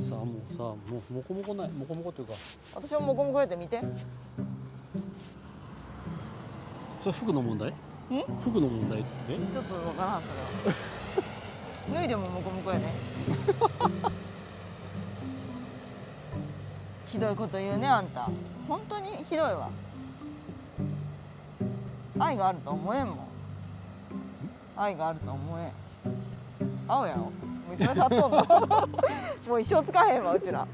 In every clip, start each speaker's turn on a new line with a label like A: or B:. A: さもうモコモコないモコモコというか
B: 私もモコモコやって見て
A: それ服の問題服の問題って
B: ちょっとわからんそれは 脱いでもモコモコやねひどいこと言うねあんた本当にひどいわ愛があると思えんもん愛があると思えん青やろもういつまで経っとん のもう一生つかへんわうちら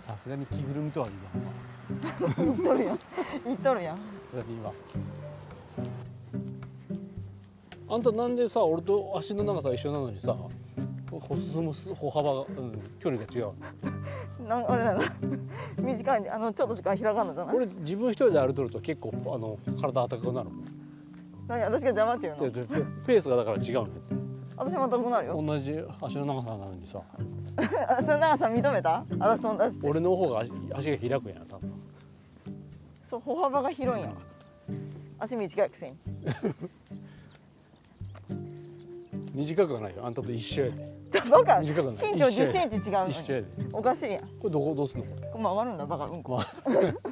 A: さすがに着ぐるみとは言わんわ
B: 言っとるやん言っとるやん
A: さすがに今あんたなんでさ俺と足の長さが一緒なのにさ歩進むす歩幅が、うん、距離が違うの
B: なんあれなの 短いあのちょっとしか開かんのかな
A: 俺自分一人で歩いとると結構あの体温かくなるもん
B: 何私が邪魔っていう
A: で
B: の
A: でペペースがだから違うのよって
B: 私も高くなるよ
A: 同じ足の長さなのにさ
B: あそれ長さ認めた私と同じって
A: 俺の方が足足が開くんやな多分
B: そう歩幅が広いんや足短いくせに
A: 短くはないよあんたと一緒やで
B: バカ身
A: 短くない
B: 長
A: 一緒
B: 10
A: や
B: センチ違うのに
A: 一緒やで
B: おかしいやん
A: これどこどうすんのこれ
B: 曲がるんだバカうんこ
A: まあ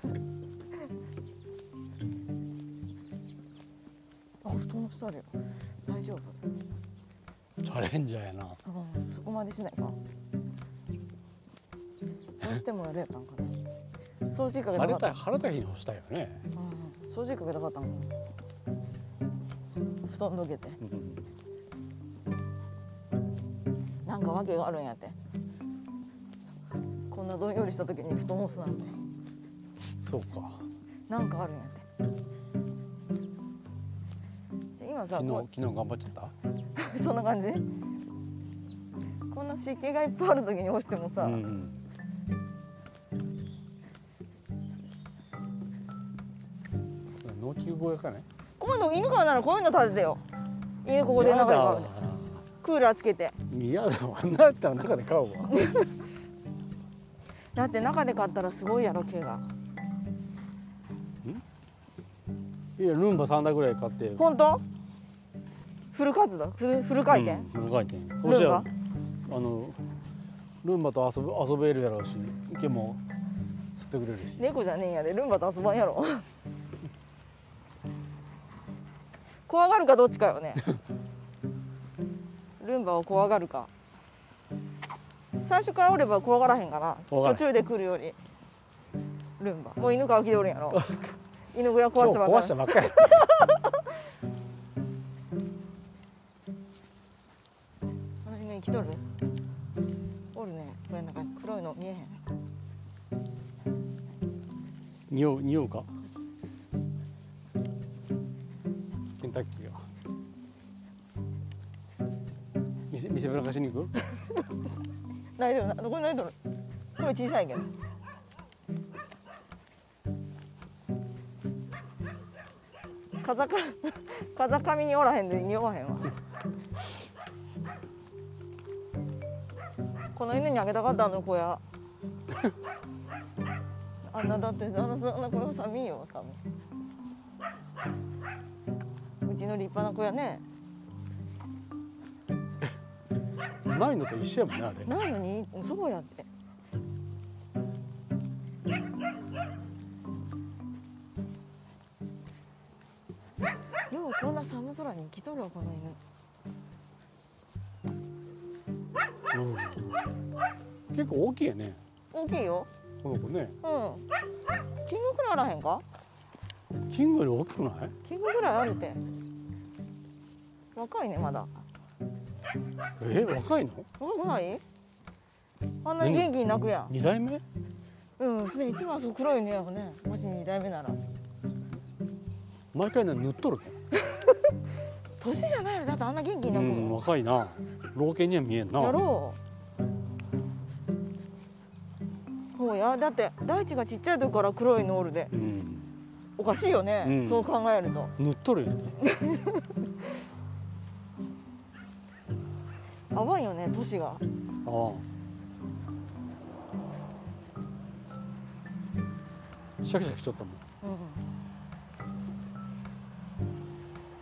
B: あ布団の下あるよ大丈夫
A: チャレンジャーやな
B: うんそこまでしないかどうしてもあれやったんかな掃除機か
A: 晴
B: けたか
A: れ
B: った
A: た晴れた日に干したいよね、
B: うん掃除機かけたかったもん布団どけてなんか訳があるんやってこんなどんよりした時に布団干すなんて
A: そうか
B: なんかあるんやってじゃあ今さ
A: 昨日
B: こ
A: 昨日頑張っちゃった
B: う そんな感じこんな湿気がいっぱいある時に干してもさ、
A: うんうん、農機具小屋かね
B: こういうの犬飼うならこういうの立ててよ犬ここで
A: 嫌だ
B: 中で飼う
A: わ
B: ねクーラーつけて
A: 嫌だわあんなやったら中で買うわ
B: だって中で飼ったらすごいやろ毛が
A: いやルンバ三台ぐらい買って
B: 本当フル活動フルフル回転、
A: うん、フル回転
B: ルン
A: あ
B: バ
A: のルンバと遊ぶ遊べるやろうし毛も吸ってくれるし、
B: 猫じゃねえんやでルンバと遊ばんやろ 怖がるかどっちか よねルンバを怖がるか最初からおれば怖がらへんかな
A: 怖がらへ
B: 途
A: ん
B: 中で来るよりルンバもう犬が飽きておるん やろ犬小屋壊したばっ
A: 今
B: かり
A: 日ばっかり
B: あの犬生きとるおるね小屋の中に黒いの見えへん
A: 匂う匂うかケンタッキーが見せ見せぶらかしに行く
B: 泣いてるなどこに泣いとる声小さいけど風 か風上におらへんで匂わへんわこの犬にあげたかったあの小屋あんなだってあんなそんなこれ寒いよ多分うちの立派な小屋ね
A: ないのと一緒やもんねあれ
B: ないのにそうやってようこんな寒空に生きとるわこの犬
A: 結構大きいよね
B: 大きいよ
A: この子ね
B: うんキングくらいあらへんか
A: キングより大きくない
B: キングくらいあるって若いねまだ
A: え若いの
B: 若くないあんなに元気に泣くやん
A: 二代目
B: うんすでに一番そう黒いねやもねもし2代目なら
A: 毎回ね塗っとるね
B: 年じゃないよだってあんな元気に
A: う
B: 泣くもん
A: ん若いな老犬には見えんな
B: やろうほうやだって大地がちっちゃい時から黒いノールで
A: うん
B: おかしいよね、
A: うん
B: そう考えると
A: 塗っとるよね
B: 淡いよね年が
A: ああシャキシャキしとったもん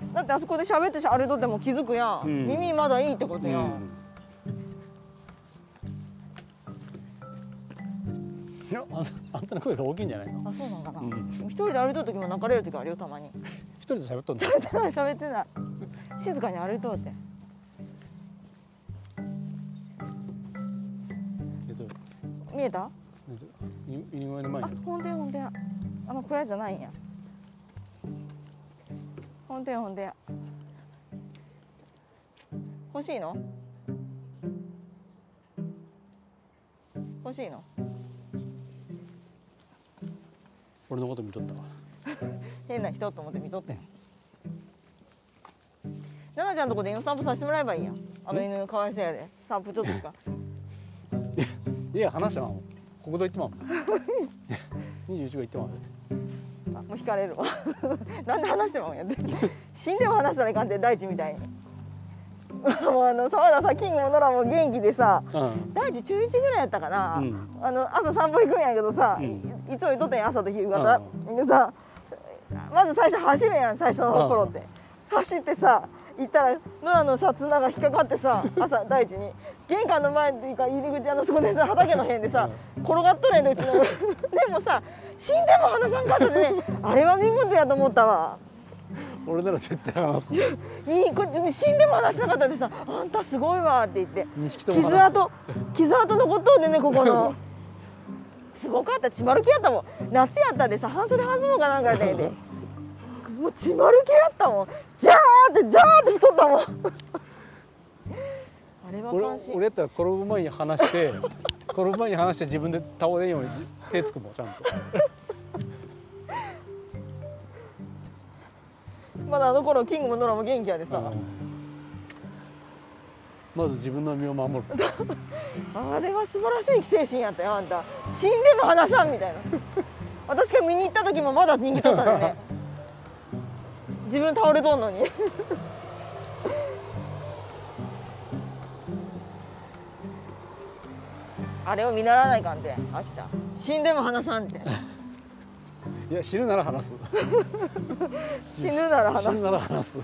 B: うんだってあそこで喋ってしゃあれとっても気づくやん、
A: うん
B: 耳まだいいってことやん、
A: あんたあんたの声が大きいんじゃないの
B: あそうなんかな、
A: うん
B: 一人で歩いとる時も泣かれる時あるよたまに
A: 一人で喋っとんだ
B: 喋ってない喋ってない静かに歩いとるって
A: えっと
B: 見えた
A: えっとい犬小屋の前
B: あ
A: に
B: 本店本店あの小屋じゃないんや本店本店欲しいの欲しいの
A: 俺のこと見とったわ
B: 変な人と思って見とったよ奈々ちゃんのとこで犬散歩させてもらえばいいやあの犬かわいそうやで散歩ちょっとしか
A: いや話したなもん国道行ってまうもん21号行ってまう
B: あもう惹かれるわ なんで話してもんやって死んでも話したらいかんって大地みたいに もうあの澤田さキングもノラも元気でさ
A: うん
B: 大地中1ぐらいやったかな、
A: うん
B: あの朝散歩行くんやけどさ、
A: うん
B: いいつも言っとったんや朝と昼方、でさまず最初走るやん最初の頃って、走ってさ行ったら野良のシャツの中引っかかってさ朝大地に玄関の前っていうか入り口あのそこでさ畑の辺でさ、転がっとるやんでうちの でもさ死んでも話さんかったでねあれは見事やと思ったわ。
A: 俺なら絶対話す
B: にこっち死んでも話しなかったでさ「あんたすごいわ」って言って
A: 二匹とも話す
B: 傷跡傷跡残っとんでねこ このすごかった血まるけやったもん夏やったでさ半袖半ズボンかなんかやったんやでもう血まるけやったもんジャーってジャーってしとったもんあれは
A: 俺
B: 感心
A: 俺やったら転ぶ前に話して転ぶ前に話して自分で倒れんように手つくもんちゃんと
B: まだあの頃キングもノラも元気やでさ、
A: まず自分の身を守る
B: あれは素晴らしい精神やったよあんた死んでも話さんみたいな私が見に行った時もまだ人気とったよね自分倒れとんのにあれを見習わないかんてあきちゃん死んでも話さんって
A: いや死ぬなら話す
B: 死ぬなら
A: 死
B: 話
A: ぬ
B: す
A: なら話す